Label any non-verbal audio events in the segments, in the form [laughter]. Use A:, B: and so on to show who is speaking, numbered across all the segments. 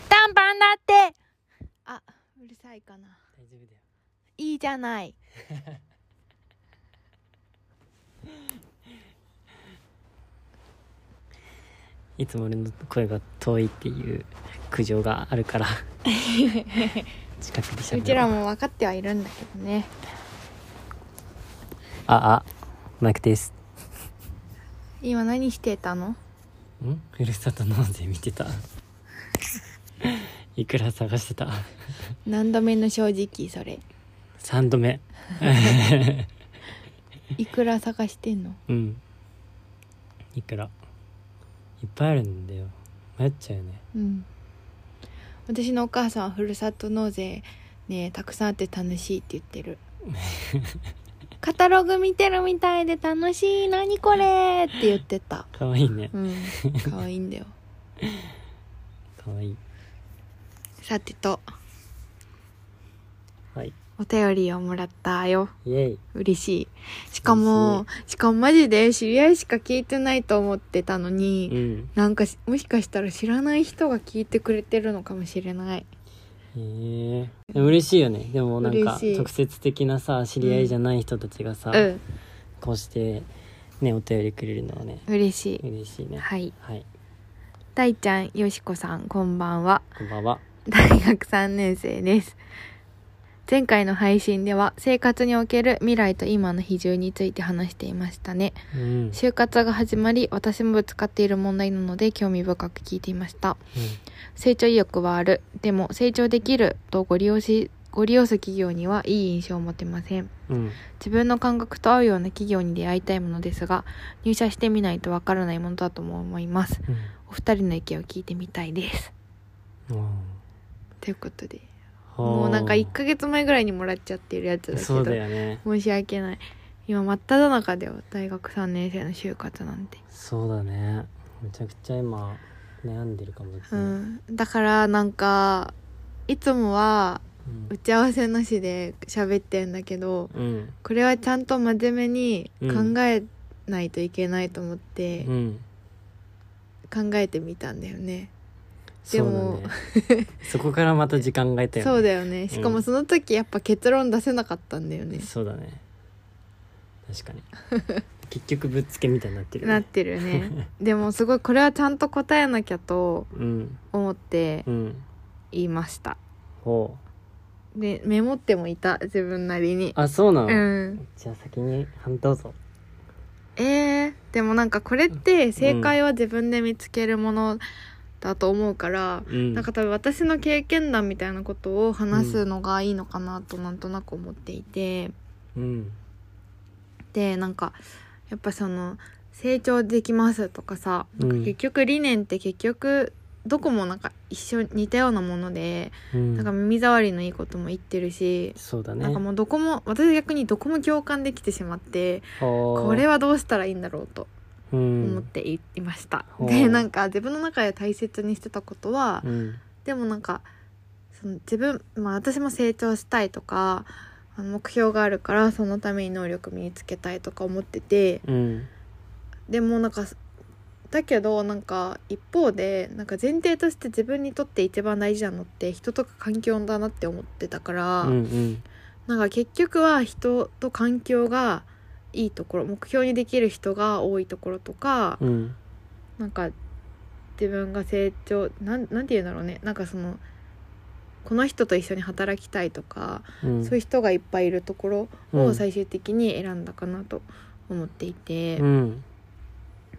A: なってあうるさいかな
B: 大丈夫だよ
A: いいじゃない
B: いつも俺の声が遠いっていう苦情があるから近くでしゃ
A: うちらも分かってはいるんだけどね
B: ああマイクです
A: 今何してたの
B: んふるさと納税見てた [laughs] いくら探してた
A: 何度目の正直それ
B: 3度目
A: いくら探してんの
B: うんいくらいっぱいあるんだよ迷っちゃうよね
A: うん私のお母さんはふるさと納税ねたくさんあって楽しいって言ってる [laughs] カタログ見てるみたいで楽しい何これって言ってた
B: かわいいね
A: [laughs] うん可愛いんだよ
B: かわいい
A: さてと
B: はい
A: お便りをもらったよ
B: イエイ
A: 嬉しいしかもしかもマジで知り合いしか聞いてないと思ってたのに、
B: うん
A: なんかしもしかしたら知らない人が聞いてくれてるのかもしれない
B: へえでも嬉しいよねでもなんか
A: 嬉しい
B: 直接的なさ知り合いじゃない人たちがさ、
A: うん
B: こうしてねお便りくれるのはね
A: 嬉しい
B: 嬉しいね
A: はい
B: はい
A: 大ちゃんよしこさんこんばんは [laughs]
B: こんばんは
A: 大学3年生です前回の配信では生活における未来と今の比重について話していましたね
B: うん、うん
A: 就活が始まり私もぶつかっている問題なので興味深く聞いていました成長意欲はあるでも成長できるとご利用しご利用する企業にはいい印象を持てません
B: うん
A: 自分の感覚と合うような企業に出会いたいものですが入社してみないとわからないものだとも思いますお二人の意見を聞いてみたいですということで [laughs] もうなんか1ヶ月前ぐらいにもらっちゃってるやつだけ
B: そ
A: ど
B: うだよね
A: 申し訳ない今真っ只中だよ大学3年生の就活なんて
B: そうだねめちゃくちゃ今悩んでるかもです
A: う
B: ね
A: んだからなんかいつもは
B: うん
A: 打ち合わせなしで喋ってんだけど、
B: うん
A: これはちゃんと真面目に
B: うん
A: 考えないといけないと思って
B: うん
A: 考えてみたんだよね、
B: そうだね [laughs] そこからまた時間がいたよね
A: そうだよねしか
B: う
A: も
B: ん
A: その時やっぱ結論出せなかったんだよね、
B: そうだね
A: [laughs]
B: 確かに結局ぶっつけみたいになってるよ
A: なっ
B: ね
A: てるね [laughs] でもすごいこれはちゃんと答えなきゃと
B: うん
A: 思って
B: うん
A: 言いました
B: ほ
A: でメモってもいた自分なりに
B: うあそうなの、
A: うん
B: じゃあ先に半どうぞ
A: えー、でもなんかこれって正解は自分で見つけるものだと思うから、
B: うん
A: なんか多分私の経験談みたいなことを話すのがいいのかなとなんとなく思っていて、
B: うん
A: でなんかやっぱその成長できますとかさなんか
B: うん
A: 結局理念って結局どこもなんか一緒似たようなもので、
B: うん
A: なんか耳障りのいいことも言ってるし、
B: そうだね
A: なんかもうどこも私逆にどこも共感できてしまってこ
B: こ
A: れはどうしたらいいんだろうと
B: うん
A: 思っていいました。
B: ほう
A: でなんか自分の中で大切にしてたことは、
B: うん
A: でもなんかその自分、まあ、私も成長したいとかあの目標があるからそのために能力身につけたいとか思ってて
B: うん
A: でもなんかだけどなんか一方でなんか前提として自分にとって一番大事なのって人とか環境だなって思ってたから、
B: うんうん
A: なんか結局は人と環境がいいところ目標にできる人が多いところとか、
B: うん
A: なんか自分が成長なんなんて言うんだろうねなんかそのこの人と一緒に働きたいとか、
B: うん
A: そういう人がいっぱいいるところ
B: う
A: を
B: ん
A: 最終的に選んだかなと思っていて、
B: うん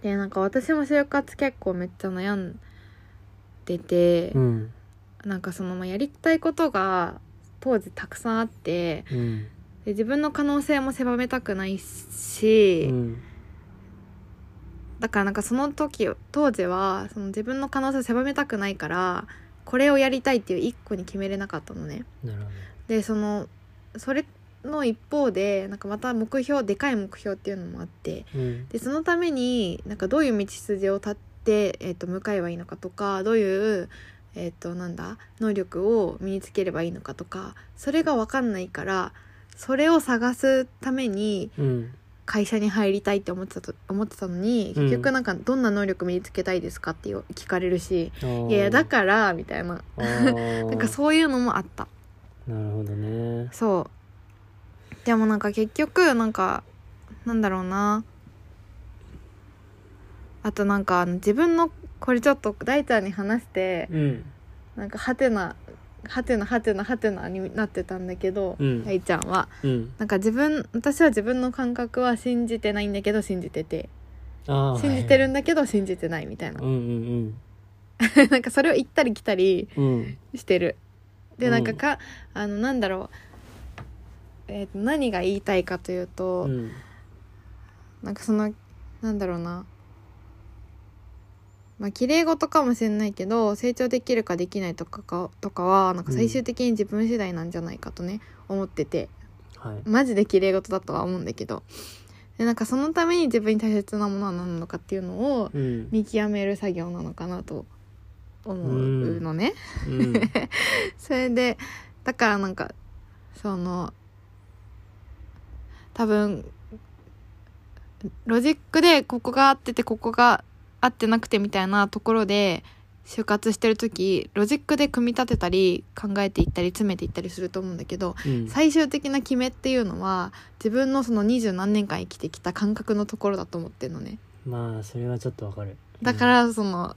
A: でなんか私も就活結構めっちゃ悩んでて
B: う、ん
A: なんかそのまあやりたいことが当時たくさんあって
B: うん
A: で自分の可能性も狭めたくないし、
B: うん
A: だからなんかその時当時はその自分の可能性を狭めたくないからこれをやりたいっていう一個に決めれなかったのね。
B: なる
A: でそのそれの一方でなんかまた目標でかい目標っていうのもあって
B: ほどうん
A: でそのためになんかどういう道筋を立って、えー、と向かえばいいのかとかどういう、えー、となんだ能力を身につければいいのかとかそれが分かんないからそれを探すために
B: うん
A: 会社に入りたいって思ってたと思ってたのに
B: うん
A: 結局なんかどんな能力身につけたいですかってよ聞かれるし、
B: い
A: いやいやだからみたいな
B: な
A: [laughs] なんかそういうのもあった
B: なるほどね
A: そうでもなんか結局なんかなんだろうなあとなんかあの自分のこれちょっと大ちゃんに話して
B: うん
A: なんかハテナハテナハテナハテナになってたんだけど、
B: うん
A: 大ちゃんは
B: うん
A: なんか自分私は自分の感覚は信じてないんだけど信じてて
B: あー
A: 信じてるんだけど信じてないみたいな
B: うんう
A: [laughs]
B: ん
A: なんかそれを行ったり来たり
B: うんうん
A: してるで
B: うん
A: なんかか、あのなんだろう、えーと何が言いたいかというと、
B: うん
A: なんかそのなんだろうなまあ綺麗事かもしれないけど成長できるかできないとかかとかはなんか最終的に自分次第なんじゃないかとね、思ってて
B: はい
A: マジで綺麗事だとは思うんだけどでなんかそのために自分に大切なものは何なのかっていうのを
B: うん
A: 見極める作業なのかなと思うのね。
B: うん
A: それでだからなんかその多分ロジックでここが合っててここが合ってなくてみたいなところで就活してる時ロジックで組み立てたり考えていったり詰めていったりすると思うんだけど [laughs]
B: うん
A: 最終的な決めっていうのは自分のその二十何年間生きてきた感覚のところだと思ってるのね
B: まあそれはちょっとわかる
A: だからその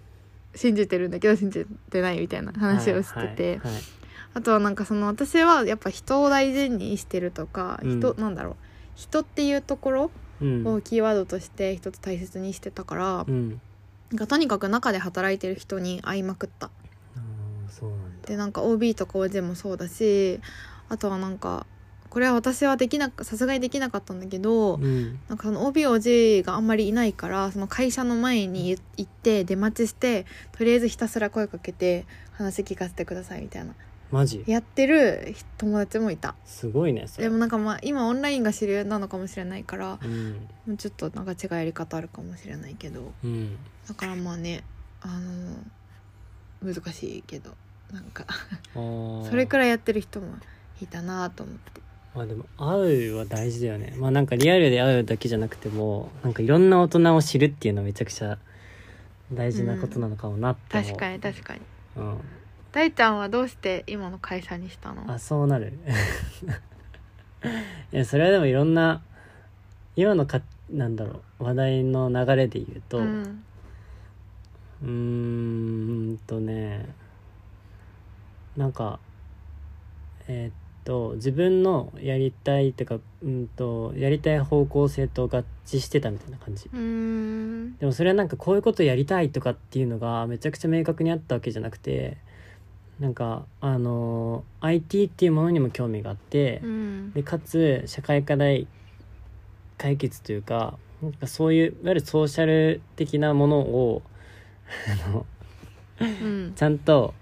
A: 信じてるんだけど信じてないみたいな話をしてて、
B: はいはいはい
A: あとはなんかその私はやっぱ人を大事にしてるとか、
B: うん
A: 人なんだろう人っていうところ
B: うん
A: をキーワードとして一つ大切にしてたから、
B: うん
A: なんかとにかく中で働いてる人に会いまくった
B: あーそうなんだ
A: でなんか OB とか OJ もそうだしあとはなんかこれは私はできなくさすがにできなかったんだけど、
B: うん
A: なんかその OBOJ があんまりいないからその会社の前に行って出待ちしてとりあえずひたすら声かけて話聞かせてくださいみたいな
B: マジ
A: やってる友達もいた
B: すごいねそれ
A: でもなんかまあ今オンラインが主流なのかもしれないから
B: うん
A: もうちょっとなんか違うやり方あるかもしれないけど
B: うん
A: だからまあねあの難しいけどなんかそ
B: そ
A: れく
B: ら
A: ら
B: い
A: いやってる人もいたなと思って
B: まあでも会うは大事だよねまあなんかリアルで会うだけじゃなくてもなんかいろんな大人を知るっていうのはめちゃくちゃ大事なことなのかもなって思う、
A: 確かに確かに
B: うん、
A: 大ちゃんはどうして今の会社にしたの
B: あそうなる [laughs] いやそれはでもいろんな今のかなんだろう話題の流れで言うと、
A: うん
B: うーんとねなんかえーっと自分のやりたいとかうんとやりたい方向性と合致してたみたいな感じ
A: うーん
B: でもそれはなんかこういうことやりたいとかっていうのがめちゃくちゃ明確にあったわけじゃなくてなんかあの IT っていうものにも興味があって
A: う、ん
B: でかつ社会課題解決というかなんかそういういわゆるソーシャル的なものをあの
A: うん
B: ちゃんと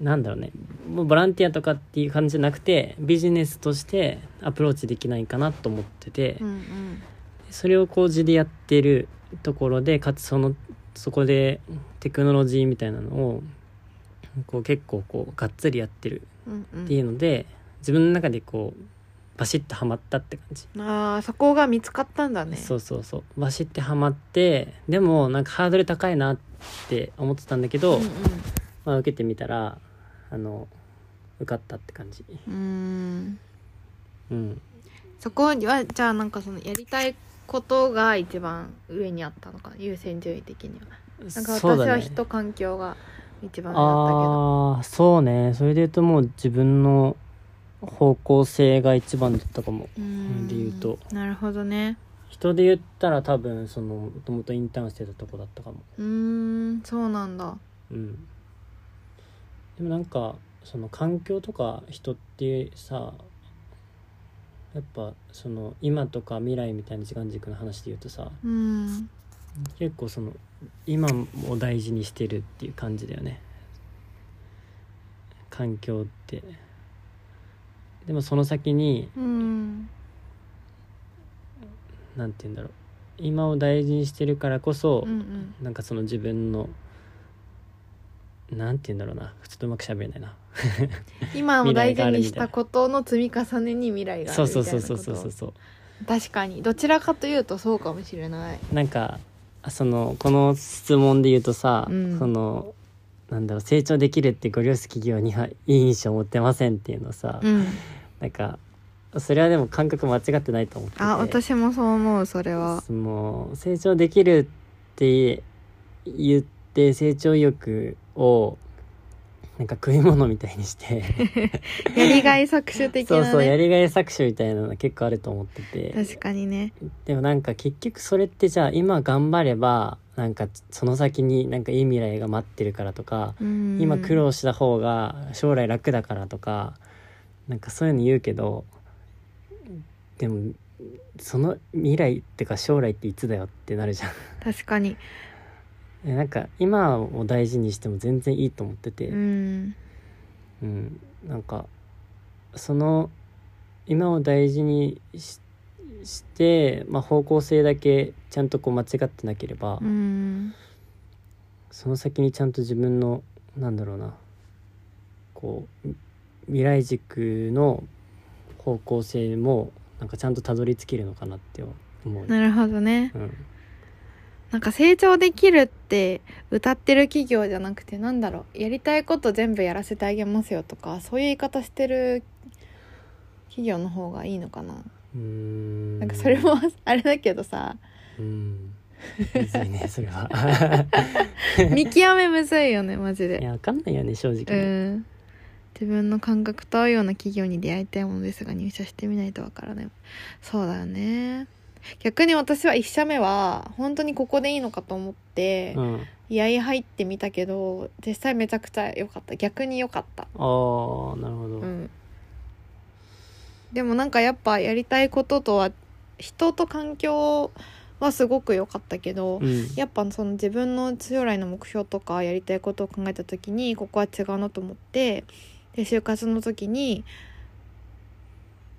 B: なんだろうねもうボランティアとかっていう感じじゃなくてビジネスとしてアプローチできないかなと思ってて、
A: うん
B: それを工事でやってるところでかつそのそこでテクノロジーみたいなのをこう結構こうがっつりやってる
A: うんう
B: ってい
A: ん
B: うので、自分の中でこうバシッとはまったって感じ、
A: あーそこが見つかったんだね
B: そうそうそうバシッてはまってでもなんかハードル高いなって思ってたんだけど、
A: うん
B: まあ、受けてみたらあの受かったって感じ
A: うんうーん
B: うん
A: そこにはじゃあなんかそのやりたいことが一番上にあったのか優先順位的にはなんか私
B: そうだ
A: は
B: ね
A: 人、環境が一番上だっ
B: ああそうねそれで言うともう自分の方向性が一番だったか
A: た
B: も
A: けどうん
B: 理由と
A: なるほどね
B: 人で言ったら多分そのもともとインターンしてたとこだったかも
A: うーんそうなんだ
B: うんでもなんかその環境とか人ってさやっぱその今とか未来みたいな時間軸の話で言うとさ
A: うん
B: 結構その今を大事にしてるっていう感じだよね環境ってでもその先に
A: うん
B: 何て言うんだろう今を大事にしてるからこそ、
A: うんうん
B: なんかその自分のなんて言うんだろうなちょっとうまく喋れないな
A: 今を大
B: [laughs] 未来
A: 事
B: があ
A: に
B: るみたいな
A: したことの積み重ねに未来があ
B: そ
A: る
B: う
A: みた
B: そ
A: いうな
B: そうそう
A: こ
B: そ
A: と
B: うそうそう
A: 確かにどちらかというとそうかもしれない
B: なんかそのこの質問で言うとさ、
A: うん
B: そのなんだろう成長できるってご両親企業にはい [laughs] い印象を持ってませんっていうの
A: [laughs]
B: さ、
A: うん
B: なんかそれはでも感覚間違ってないと思ってて
A: あ私もそう思うそれは
B: その成長できるって言って成長意欲をなんか食い物みたいにして
A: やりがい搾取的な、
B: そ
A: ね、
B: うそうやりがい搾取みたいなの結構あると思ってて
A: 確かにね
B: でもなんか結局それってじゃあ今頑張ればなんかその先になんかいい未来が待ってるからとか、
A: うん
B: 今苦労した方が将来楽だからとかなんかそういうの言うけどでもその未来ってか将来っていつだよってなるじゃん。 [laughs]
A: 確かに
B: えなんか今を大事にしても全然いいと思ってて、
A: う
B: うん
A: ん
B: なんかその今を大事にしして、まあ、方向性だけちゃんとこう間違ってなければ、
A: うん
B: その先にちゃんと自分のなんだろうなこうみ未来軸の方向性もなんかちゃんとたどり着けるのかなって思う。
A: なるほどね
B: うん
A: なんか成長できるって歌ってる企業じゃなくてなんだろうやりたいこと全部やらせてあげますよとかそういう言い方してる企業の方がいいのかな
B: うーん
A: なんかそれも [laughs] あれだけどさ
B: うんむずいねそれ
A: [laughs]
B: は。
A: 見極めむずいよねマジ
B: い
A: で
B: やわかんないよね正直
A: う
B: ね、
A: ん自分の感覚と合うような企業に出会いたいものですが入社してみないとわからないそうだよね逆に私は1社目は本当にここでいいのかと思って
B: うんあ
A: 居合入ってみたけど実際めちゃくちゃ良かった逆に良かった
B: あーなるほど、
A: うんでもなんかやっぱやりたいこととは人と環境はすごく良かったけど、
B: うん
A: やっぱその自分の将来の目標とかやりたいことを考えた時にここは違うなと思ってで就活の時に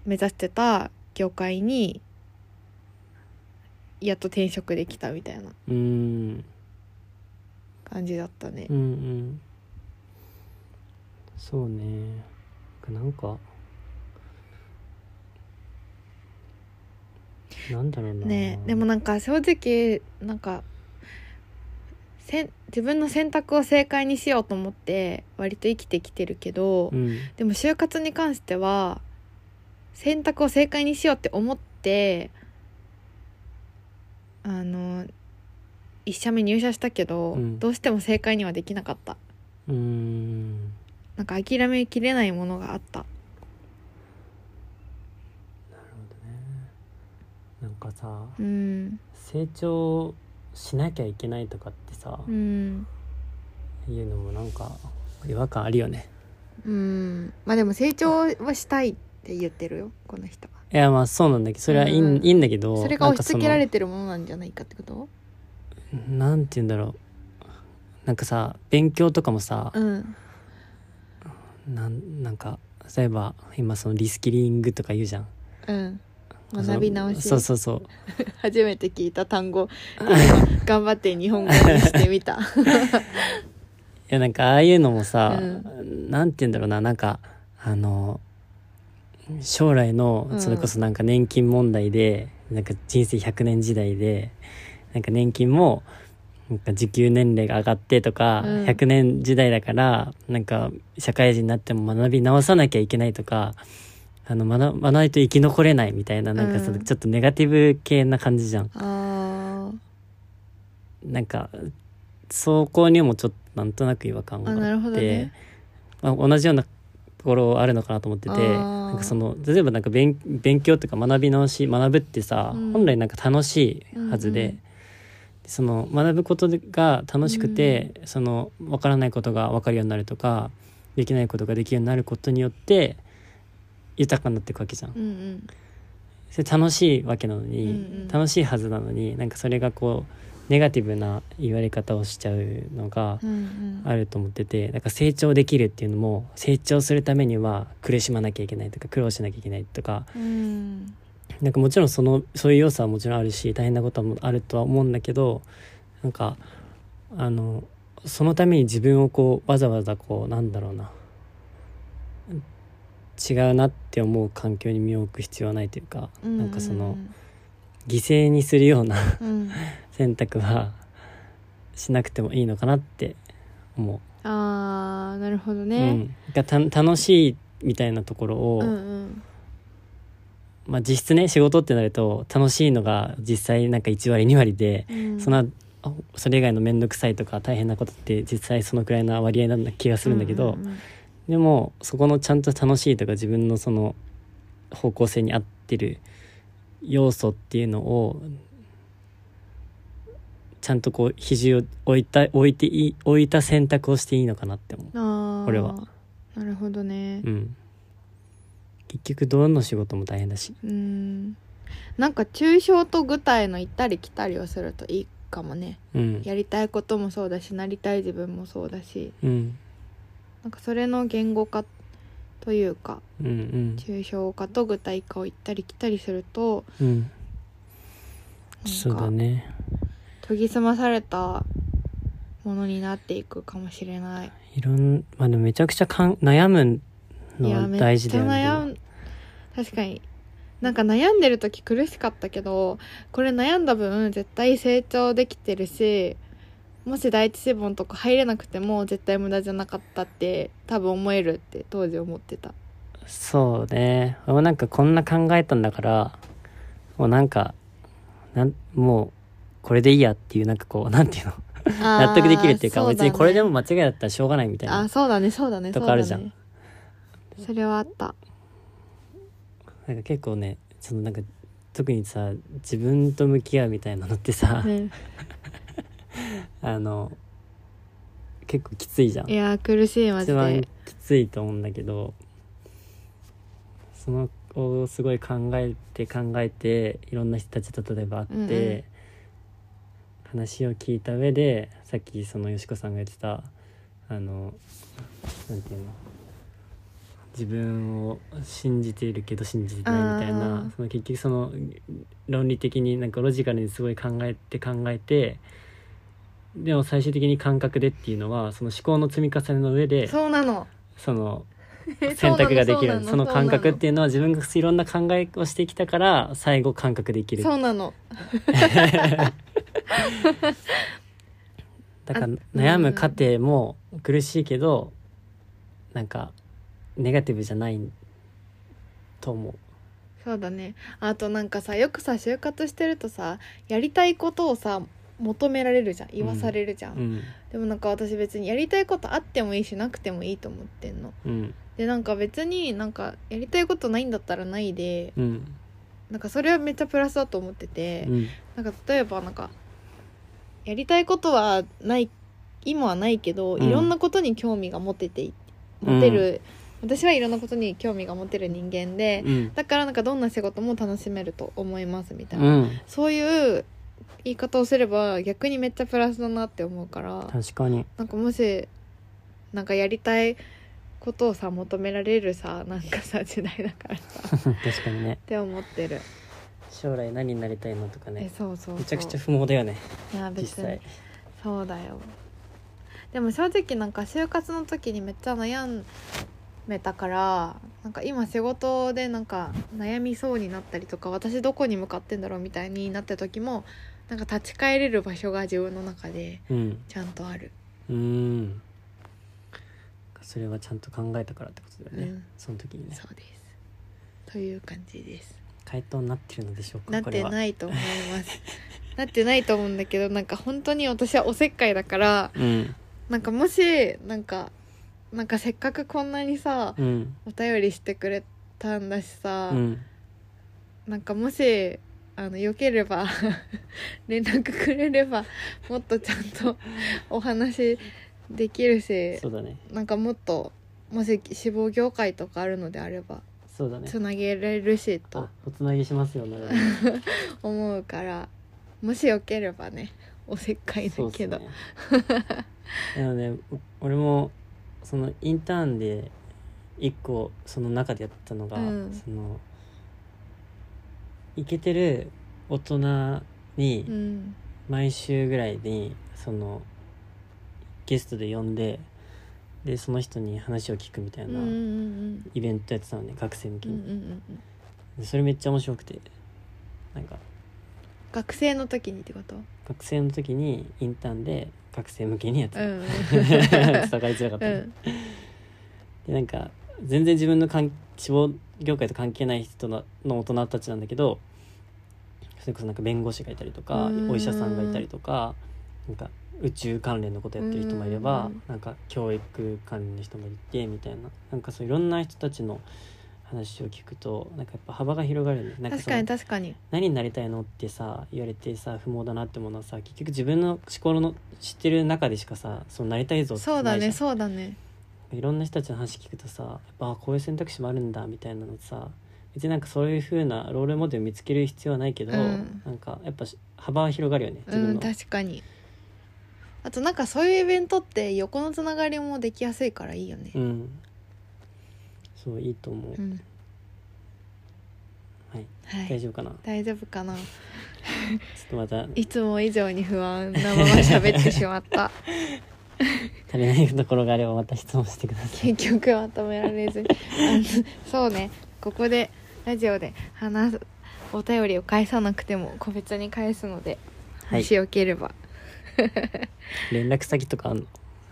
A: 目指してた業界にやっと転職できたみたいな
B: うん
A: 感じだったね
B: うんう。んそうねなんかなんだろうな
A: ねえでもなんか正直なんかせん自分の選択を正解にしようと思って割と生きてきてるけど、
B: うん
A: でも就活に関しては選択を正解にしようって思ってあの1社目入社したけど、
B: うん
A: どうしても正解にはできなかった
B: うん
A: なんか諦めきれないものがあった
B: なんかさ
A: うん
B: 成長しなきゃいけないとかってさ、
A: うん
B: いうのもなんか違和感あるよね
A: うんまあでも成長はしたいって言ってるよこの人はい
B: やまあそうなんだけどそれはいい,、
A: うん
B: ん、いいんだけど
A: それが押し付けら
B: て
A: れてるものなんじゃないかってこと
B: なんて言うんだろうなんかさ勉強とかもさ、
A: うん
B: なんなんか例えば今そのリスキリングとか言うじゃん
A: うん学び直し
B: そうそうそう
A: 初めて聞いた単語 [laughs] 頑張って日本語にしてみた
B: いやなんかああいうのもさ、
A: う
B: なんて言うんだろうななんかあの将来の
A: うん
B: それこそなんか年金問題で、なんか人生100年時代でなんか年金もなんか時給年齢が上がってとか、
A: うん
B: 100年時代だからなんか社会人になっても学び直さなきゃいけないとかあの学学ばないと生き残れないみたいななんかその
A: うん
B: ちょっとネガティブ系な感じじゃん。
A: あー
B: なんかそこにもちょっとなんとなく違和感があ
A: あなるほ
B: っ
A: ど
B: て、
A: ね
B: まあ、同じようなところあるのかなと思って
A: あ
B: て
A: ー
B: なんかその例えばなんか勉勉強とか学び直し学ぶってさ、
A: うん
B: 本来なんか楽しいはずで。
A: うんうん
B: その学ぶことが楽しくて、その分からないことが分かるようになるとかできないことができるようになることによって豊かになっていくわけじゃん
A: う。ん
B: それ楽しいわけなのに、
A: うんうん
B: 楽しいはずなのになんかそれがこうネガティブな言われ方をしちゃうのが
A: うんうん
B: あると思っててなんか成長できるっていうのも成長するためには苦しまなきゃいけないとか苦労しなきゃいけないとか
A: うんうん
B: なんかもちろんそのそういう要素はもちろんあるし大変なこともあるとは思うんだけどなんかあのそのために自分をこうわざわざこうなんだろうな違うなって思う環境に身を置く必要はないというか、なんかその犠牲にするような [laughs]
A: うん
B: 選択はしなくてもいいのかなって思
A: あーなるほど
B: う、
A: ね、
B: うん、がた楽しいみたいなところを、
A: うん、うん
B: まあ、実質ね仕事ってなると楽しいのが実際なんか1割2割で、
A: うん
B: そのあそれ以外の面倒くさいとか大変なことって実際そのくらいな割合なんだ気がするんだけど、
A: うんうん
B: でもそこのちゃんと楽しいとか自分のその方向性に合ってる要素っていうのをちゃんとこう比重を置いた置いていい置いた選択をしていいのかなって思
A: うんあー
B: 俺は
A: なるほどね
B: う、うん、結局どの仕事も大変だし
A: うんなんか抽象と具体の行ったり来たりをするといいかもね
B: うん
A: やりたいこともそうだしなりたい自分もそうだし
B: うん
A: なんかそれの言語化というか
B: うんうん
A: 抽象化と具体化を行ったり来たりすると
B: うんそ
A: なん
B: うだ
A: か
B: ね
A: 研ぎ澄まされたものになっていくかもしれない。
B: いろんまあでもめちゃくちゃかん悩む
A: い
B: の
A: や
B: は
A: めっ
B: 大事
A: ち
B: だ
A: ゃ
B: よ
A: 悩
B: ね
A: ん確かになんか悩んでる時苦しかったけどこれ悩んだ分絶対成長できてるしもし第一志望のとこ入れなくても絶対無駄じゃなかったって多分思えるって当時思ってた
B: そうね俺もなんかこんな考えたんだからもうなんかなんもうこれでいいやっていうなんかこう [laughs] なんていうの [laughs] 納得できるっていうか
A: あー
B: 別にこれでも
A: そう
B: 間違いだったらしょうがないみたい
A: だねあ
B: な
A: そうだねそうだね
B: と
A: そう
B: か
A: だ
B: あ
A: ね
B: るじゃん
A: それはあった
B: なんか結構ねそのなんか特にさ自分と向き合うみたいなのってさ、
A: ね
B: あの結構きついじゃん
A: いやー苦しいマ
B: 一
A: ジ
B: 番
A: で
B: きついと思うんだけどそのをすごい考えて考えていろんな人たちと例えば会っ
A: う
B: て、
A: んうん
B: 話を聞いた上でさっきそのよしこさんが言ってたあのなんていうの自分を信じているけど信じてないみたい
A: あー
B: なその結局その論理的になんかロジカルにすごい考えて考えてでも最終的に感覚でっていうのはその思考の積み重ねの上で
A: そうなの
B: その
A: そうなの
B: 選択ができる
A: うな
B: その感覚っ
A: い
B: ていうのは自分がいろんな考えをしてきたから最後感覚できる
A: そうなの
B: だか
A: あ
B: ら悩む過程も苦しいけどなんかネガティブじゃないと思う
A: そうだねあとなんかさよくさ就活してるとさやりたいことをさ求められるじゃん言わされるじゃん、
B: うん
A: でもなんか私別にやりたいことあってもいいしなくてもいいと思ってんの
B: うん
A: でなんか別になんかやりたいことないんだったらないで
B: うん
A: なんかそれはめっちゃプラスだと思ってて
B: う、ん
A: なんか例えばなんかやりたいことはない今はないけど、
B: うん
A: いろんなことに興味が持ててい持てる、私はいろんなことに興味が持てる人間で、
B: うん
A: だからなんかどんな仕事も楽しめると思いますみたいな、
B: うん
A: そういう言い方をすれば逆にめっちゃプラスだなって思うから
B: 確かに
A: なんかもしなんかやりたいことをさ求められるさなんかさ時代だから
B: [laughs]
A: さっ
B: [laughs] 確かにね
A: て思ってる、
B: 将来何になりたいのとか
A: え
B: ね
A: そうそうそう
B: めちゃくちゃ不毛だよね
A: いや
B: 実
A: 別に
B: 際
A: そうだよでも正直なんか就活の時にめっちゃ悩めたからなんか今仕事でなんか悩みそうになったりとか私どこに向かってんだろうみたいになった時もなんか立ち返れる場所が自分の中で
B: うん
A: ちゃんとある
B: うんそれはちゃんと考えたからってことだよね、
A: うん
B: その時にね
A: そうですという感じです
B: 回答になってるのでしょうか
A: なって
B: これは
A: ないと思いますなってないと思うんだけどなんか本当に私はおせっかいだから
B: うん
A: なんかもしなんかなんかせっかくこんなにさ、
B: うん
A: お便りしてくれたんだし
B: う
A: さ、
B: ん
A: なんかもしあのよければ [laughs] 連絡くれればもっとちゃん
B: [laughs]
A: とお話できるし
B: そうだね
A: なんかもっともし志望業界とかあるのであれば
B: そうだね
A: つなげられるしと
B: あおつなぎしますよね
A: [laughs] 思うからもしよければねおせっかいだ
B: そうっ
A: け
B: す
A: ど
B: ねでもねお俺もそのインターンで一個その中でやったのが、
A: うん
B: そのイケてる大人に、
A: うん
B: 毎週ぐらいにそのゲストで呼んででその人に話を聞くみたい
A: うんう
B: なん
A: うん
B: イベントやってたのね学生向
A: う
B: け
A: んうん
B: に、
A: うんうん
B: でそれめっちゃ面白くてなんか
A: 学生の時にってこと
B: 学生の時にインターンで学生向けにやっ
A: う
B: てた、
A: ん
B: [laughs] 伝わりづらかった
A: う
B: ね、
A: ん
B: でなんか全然自分の関志望業界と関係ない人のの大人たちなんだけどそれこそなんか弁護士がいたりとか
A: うん
B: お医者さんがいたりとかなんか宇宙関連のことやってる人もいれ
A: う
B: ば
A: ん
B: なんか教育関連の人もいてみたいななんかそういろんな人たちの話を聞くとなんかやっぱ幅が広がるよねなんか
A: 確
B: その
A: かに確かに
B: 何になりたいのってさ言われてさ不毛だなってものはさ結局自分の思考の知ってる中でしかさそのなりたいぞって
A: そうだ
B: ないじゃ
A: ね
B: ん
A: そうだね
B: いろんな人たちの話聞くとさやっぱあこういう選択肢もあるんだみたいなのさ別になんかそういう風なロールモデル見つける必要はないけど、
A: うん
B: なんかやっぱし幅は広がるよね自
A: う
B: 分
A: ん
B: の、
A: 確かにあとなんかそういうイベントって横のつながりもできやすいからいいよね
B: うんそういいと思う、
A: うん
B: はい、
A: は
B: 大
A: い
B: 丈夫かなちょ
A: 大丈夫かな
B: っとまた
A: いつも以上に不安なまま喋ってしまった
B: [laughs] 足りないところがあればまた質問してくだ
A: [laughs]
B: さい
A: 結局まとめられずにあのそうねここでラジオで話すお便りを返さなくても個別に返すので、
B: はい
A: もしよければ
B: 連絡先とかあんの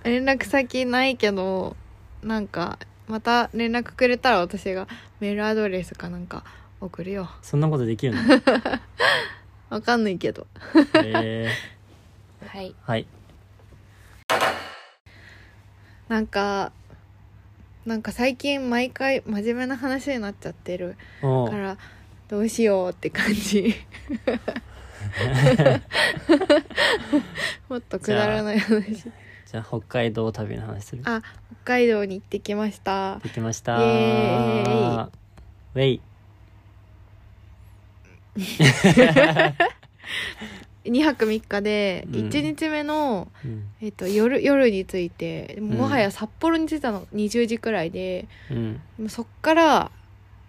A: 連絡先ないけどなんかまた連絡くれたら私がメールアドレスかなんか送るよ
B: そんなことできるの
A: [laughs] わかんないけど
B: え
A: はい
B: ー、はい
A: なんかなんか最近毎回真面目な話になっちゃってる
B: おう
A: からどうしようって感
B: [laughs]
A: じもっとくだらない話
B: じゃあ北海道旅の話する
A: あ北海道に行ってきました
B: できました
A: イエー
B: ウェイ
A: 2泊3日で
B: うん
A: 1日目の、
B: うん
A: えっと夜夜に着いてもはや札幌に着いたの20時くらいで、
B: うん
A: もうそっから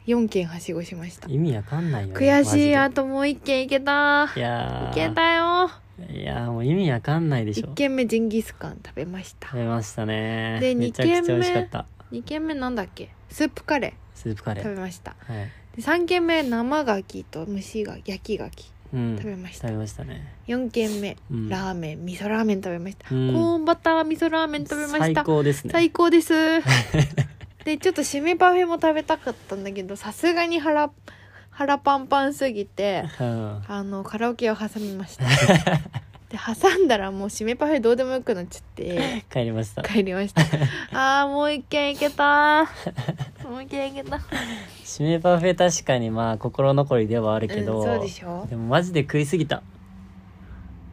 A: 4軒はしごしました
B: 意味わかんないよね
A: 悔
B: マジ
A: しい
B: で
A: あともう1軒行けた
B: いやー
A: 行けたよ
B: いやーもう意味わかんないでしょ
A: 1軒目ジンギスカン食べました
B: 食べましたね
A: で
B: めちゃくちゃ美味し
A: 二軒
B: か
A: 目
B: った
A: 2軒目なんだっけスープカレ
B: スープカレ
A: ー食
B: ー
A: べました
B: はい
A: で3軒目生牡蠣と蒸しが焼き牡蠣
B: うん
A: 食べました
B: 食べましたね
A: 4軒目
B: うん
A: ラーメン味噌ラーメン食べました、
B: うん
A: コーンバター味噌ラーメン食べました
B: 最高ですね
A: 最高です
B: [laughs]
A: でちょっと締めパフェも食べたかったんだけどさすがに腹腹パンパンすぎ
B: [laughs]
A: て
B: うん
A: あのカラオケを挟みましたで挟んだらもう締めパフェどうでもよくなっちゃって
B: 帰りました
A: 帰りま
B: [laughs]
A: したあーもう一軒行けたもう一軒行けた
B: 締めパフェ確かにまあ心残りではあるけど、
A: うんそうでしょ
B: でもマジで食いすぎた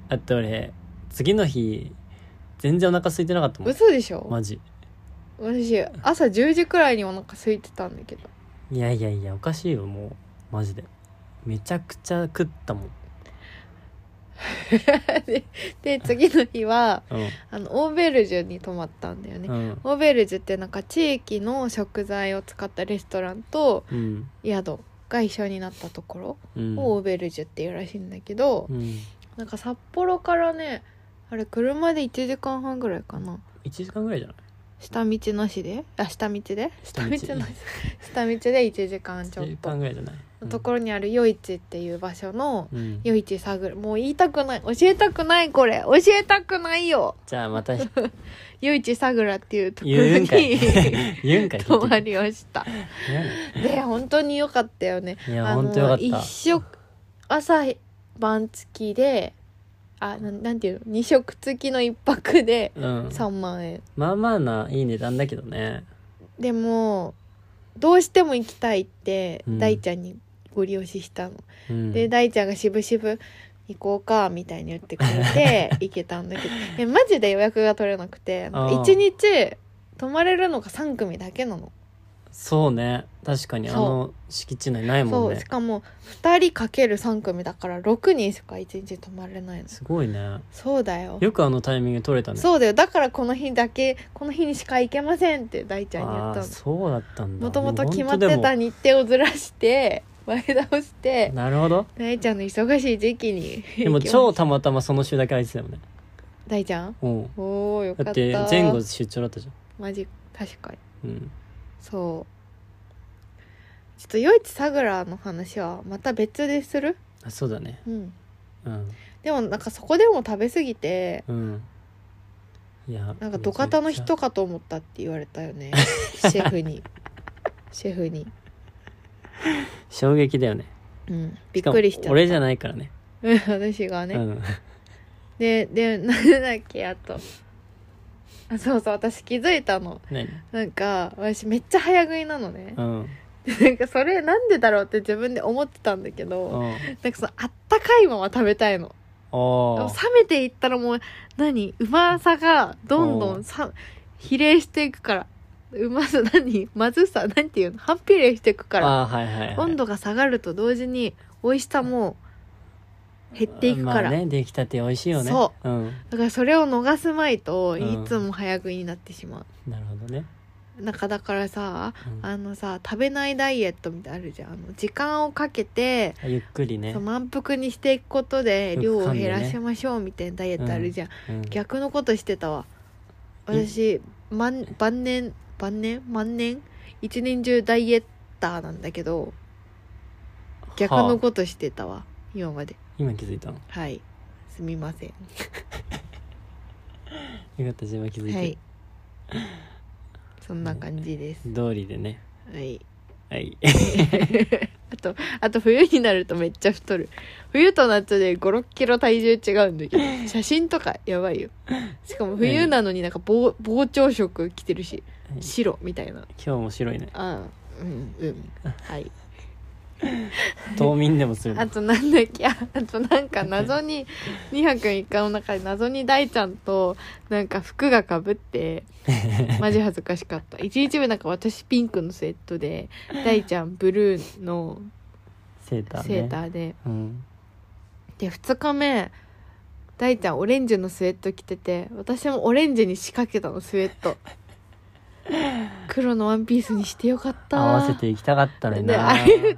B: だって俺次の日全然お腹空いてなかったもん
A: 嘘でしょ、
B: マジ
A: 私朝10時くらいにお腹空いてたんだけど [laughs]
B: いやいやいやおかしいよもうマジでめちゃくちゃ食ったもん
A: で次の日は
B: う
A: あのオーベルジュに泊まったんだよね、
B: んうん
A: オーベルジュってなんか地域の食材を使ったレストランと
B: うん
A: 宿が一緒になったところ
B: うん
A: をオーベルジュっていうらしいんだけど、
B: うん
A: なんか札幌からねあれ車で1時間半ぐらいかな
B: 1時間ぐらいじゃない
A: 下道なしであ下道で
B: 下
A: 下
B: 道
A: 道なし下道で1時間ちょっ
B: 1時
A: と
B: 間ぐらいじゃない
A: のところにある夜市っていう場所の
B: うんうん
A: 夜市探るもう言いたくない教えたくないこれ教えたくないよ
B: じゃあまた
A: 夜市ぐらっていうところ
B: 言うん
A: [laughs]
B: かい [laughs]
A: に
B: 言うんかい
A: 泊まりを [laughs] したで本当に良かったよね
B: いや
A: あの
B: 本当よかった
A: 一食朝晩付きであなんなんていうの二食付きの一泊で
B: うん
A: 3万円
B: まあまあないい値段だけどね
A: でもどうしても行きたいって
B: うん
A: 大ちゃんにご利用ししたの、
B: うん
A: で大ちゃんがしぶしぶ行こうかみたいに言ってくれて
B: [laughs]
A: 行けたんだけどえマジで予約が取れなくて
B: あー
A: 1日泊まれるのが3組だけなの
B: そうね確かにあ
A: そう
B: の敷地内ないも
A: そ
B: ん
A: う
B: ね
A: しかも2人かける3組だから6人しか1日泊まれないの
B: すごいね
A: そうだよ
B: よくあのタイミング取れたね
A: そうだよだからこの日だけこの日にしか行けませんって大ちゃんに言
B: あ
A: っ
B: ー
A: たの
B: そうだったんだ
A: もともと決まっ
B: で
A: て
B: も
A: た
B: 本
A: 日程をずらして前倒し
B: 当で
A: て
B: もなるほど
A: 大ちゃんの忙しい時期に
B: でも
A: 行きました
B: 超たまたまその週だけ空いてたよね
A: [laughs] 大ちゃん
B: うん
A: おおよか
B: だ
A: っ
B: ったて前後出張だったじゃん
A: マジ確かに
B: うん
A: そうちょっと余市さぐらの話はまた別でする
B: あそうだね
A: うん
B: うん
A: でもなんかそこでも食べ過ぎて
B: うんいや
A: なんか土方の人
B: めち
A: かと思ったって言われたよ
B: [laughs]
A: ねシェフにシェフに
B: ゃくちゃ衝撃だよね
A: うんびっくりしちゃっ
B: か
A: た
B: も俺じゃ
A: い
B: ないからね
A: 私が [laughs] ね、
B: うん
A: ででなんだっけあとあそうそう私気づいたの
B: 何
A: なんか私めっちゃ早食いなのね
B: うん
A: で [laughs] なんかそれなんでだろうって自分で思ってたんだけど
B: う
A: な
B: ん
A: んかそのあったかいまま食べたいの
B: お
A: でも
B: ー
A: 冷めていったらもう何うまさがどんど
B: お
A: ん
B: ー
A: さ比例していくからうまさ何まずさ何ていうの反比例していくから
B: あーはいはい、はい、
A: 温度が下がると同時に美味しさも減っていくから、
B: まあね出来たて美味しいよね、
A: そう
B: ん、
A: だからそれを逃すまいと
B: う
A: い
B: ん
A: つも早食いになってしまう、
B: なるほどね、
A: なんかだからさ
B: うん
A: あのさ食べないダイエットみたいなのあるじゃんあの時間をかけて
B: ゆっくりね
A: そう満腹にしていくことで量を減らしましょうみたいなダイエットあるじゃん、
B: うん
A: 逆のことしてたわ
B: え
A: 私万晩年晩年万年一年中ダイエッターなんだけど逆
B: は
A: の
B: あ
A: ことしてたわ今まで
B: 今気づいたの
A: はいすみません
B: よかった自分は気づいて、
A: はいそんな感じです、
B: 通りでね
A: はい
B: はい [laughs]
A: あとあと冬になるとめっちゃ太る冬と夏で5 6キロ体重違うんだけど写真とかやばいよしかも冬なのになんか膨膨張色着てるし
B: はい
A: 白みたいな
B: 今日も白いね
A: あうんうんはい
B: 冬眠でもするの
A: あとなんだっけああとなんか謎に2泊3日の中で謎に大ちゃんとなんか服がかぶってマジ恥ずかしかった1日目なんか私ピンクのスウェットで大ちゃんブルーの
B: セーターね
A: セーターで、
B: うん
A: で2日目大ちゃんオレンジのスウェット着てて私もオレンジに仕掛けたのスウェッ
B: [laughs]
A: ト黒のワンピースにしてよかった
B: 合わせていきたかったのに
A: で
B: な
A: あれ2日目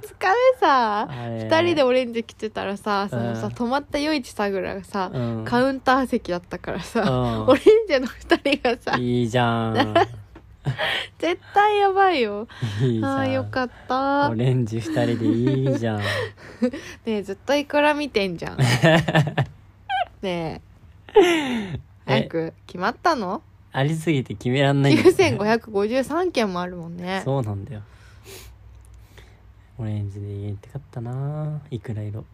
A: さ
B: 2
A: 2人でオレンジ着てたらさそのさ、
B: うん
A: 泊まった夜市さぐらがさ、
B: うん
A: カウンター席だったからさ、
B: うん
A: オレンジの2人がさ
B: いいじゃ
A: [laughs]
B: ん
A: 絶対やばいよ
B: いいじ
A: あ
B: ゃ
A: あ
B: ん
A: よかった
B: オ
A: ね
B: レンジ二人でいい
A: [laughs]
B: じゃん
A: えずっとイクラ見てんじ
B: [laughs]
A: ゃんねえ
B: え
A: 早く決まったの
B: ありすぎて決めらんないんだよね
A: 9553件もあるもんね
B: そうなんだよオレンジで言えてかったないくら色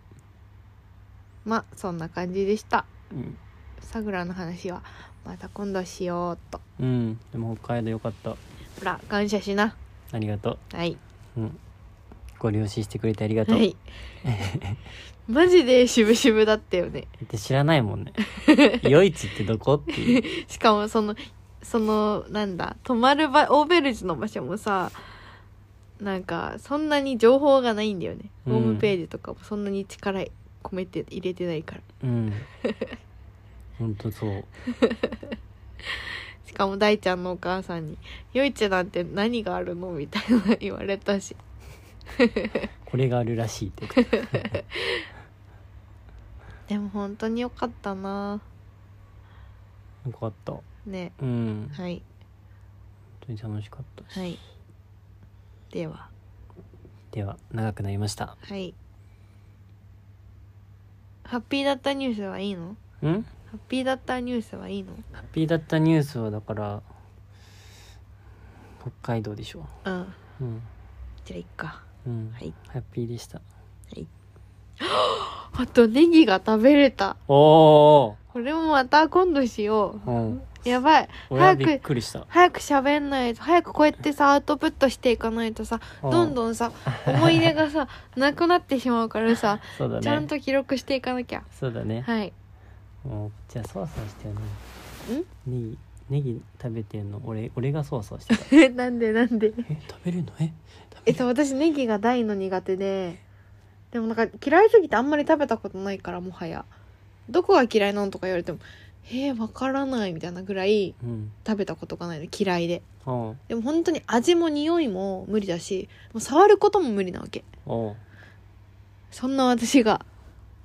A: まあそんな感じでした
B: うん、
A: さぐらの話はまた今度しようっと
B: うん、でも北海道よかった
A: ほら感謝しな
B: ありがと
A: はい、
B: う、うん、ご了承してくれてありがとう、 [laughs]
A: はい、マジで渋々だったよね
B: だって知らないも
A: [laughs]
B: んね夜市ってどこっていう
A: しかもそのそのなんだ泊まる場オーベルジュの場所もさなんかそんなに情報がないんだよね、
B: うん
A: ホームページとかもそんなに力込めて入れてないから
B: うんほんとそう
A: しかも大ちゃんのお母さんに「夜市なんて何があるの?」みたいな言われたし
B: これがあるらしいってこと
A: でも本当に良かったな
B: よかった
A: ね
B: うん本
A: はい
B: 当に楽しかったし、
A: はいでは
B: では長くなりました
A: はいハッピーだったニュースはいいの
B: うん
A: ハッピーだったニュースはいいの
B: ハッピーだったニュースはだから北海道でしょ
A: うん
B: うん
A: じゃあいっか
B: うん、
A: はい
B: ハッピーでした
A: あとネギが食べれた
B: お
A: これもまた今度しよ
B: お、うん、
A: うやばい
B: 俺は
A: 早
B: びっ
A: く
B: くりした
A: 早く喋んないと早くこうやってさアウトプットしていかないとさどん
B: ん
A: どんさ思い出がさなくなってしまうから [laughs] さ
B: そうだね
A: ちゃんと記録していかなきゃ
B: そうだね、
A: はい [laughs]
B: もうじゃあそわそわしてよねネギネギ食べてんの俺俺がそわそわしてた
A: えなんでなんで
B: え食べるのえ食
A: え
B: べ
A: っ
B: る
A: と私ネギが大の苦手ででもなんか嫌いすぎてあんまり食べたことないからもはやどこが嫌いなのとか言われてもえー、わからないみたいなぐらい
B: うん
A: 食べたことがないの嫌いで
B: おう
A: でも本当に味も匂いも無理だしもう触ることも無理なわけ
B: おう
A: そんな私が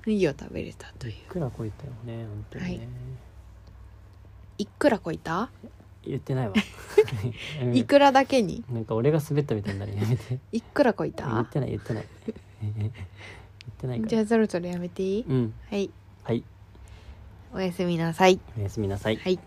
A: ネギを食べれたという
B: いくらこいたよね本当にね、
A: はいいくらこいた
B: 言っ
A: [laughs]
B: てないわやめ
A: い
B: る
A: くらだけに
B: なんか俺が滑ったみたいになるやめて
A: いくらこい
B: 言ったてない言ってない言ってないか
A: [laughs]
B: ら
A: じゃあそろそろやめていい
B: うん
A: はい
B: はい
A: おやすみなさい
B: おやすみなさい
A: はい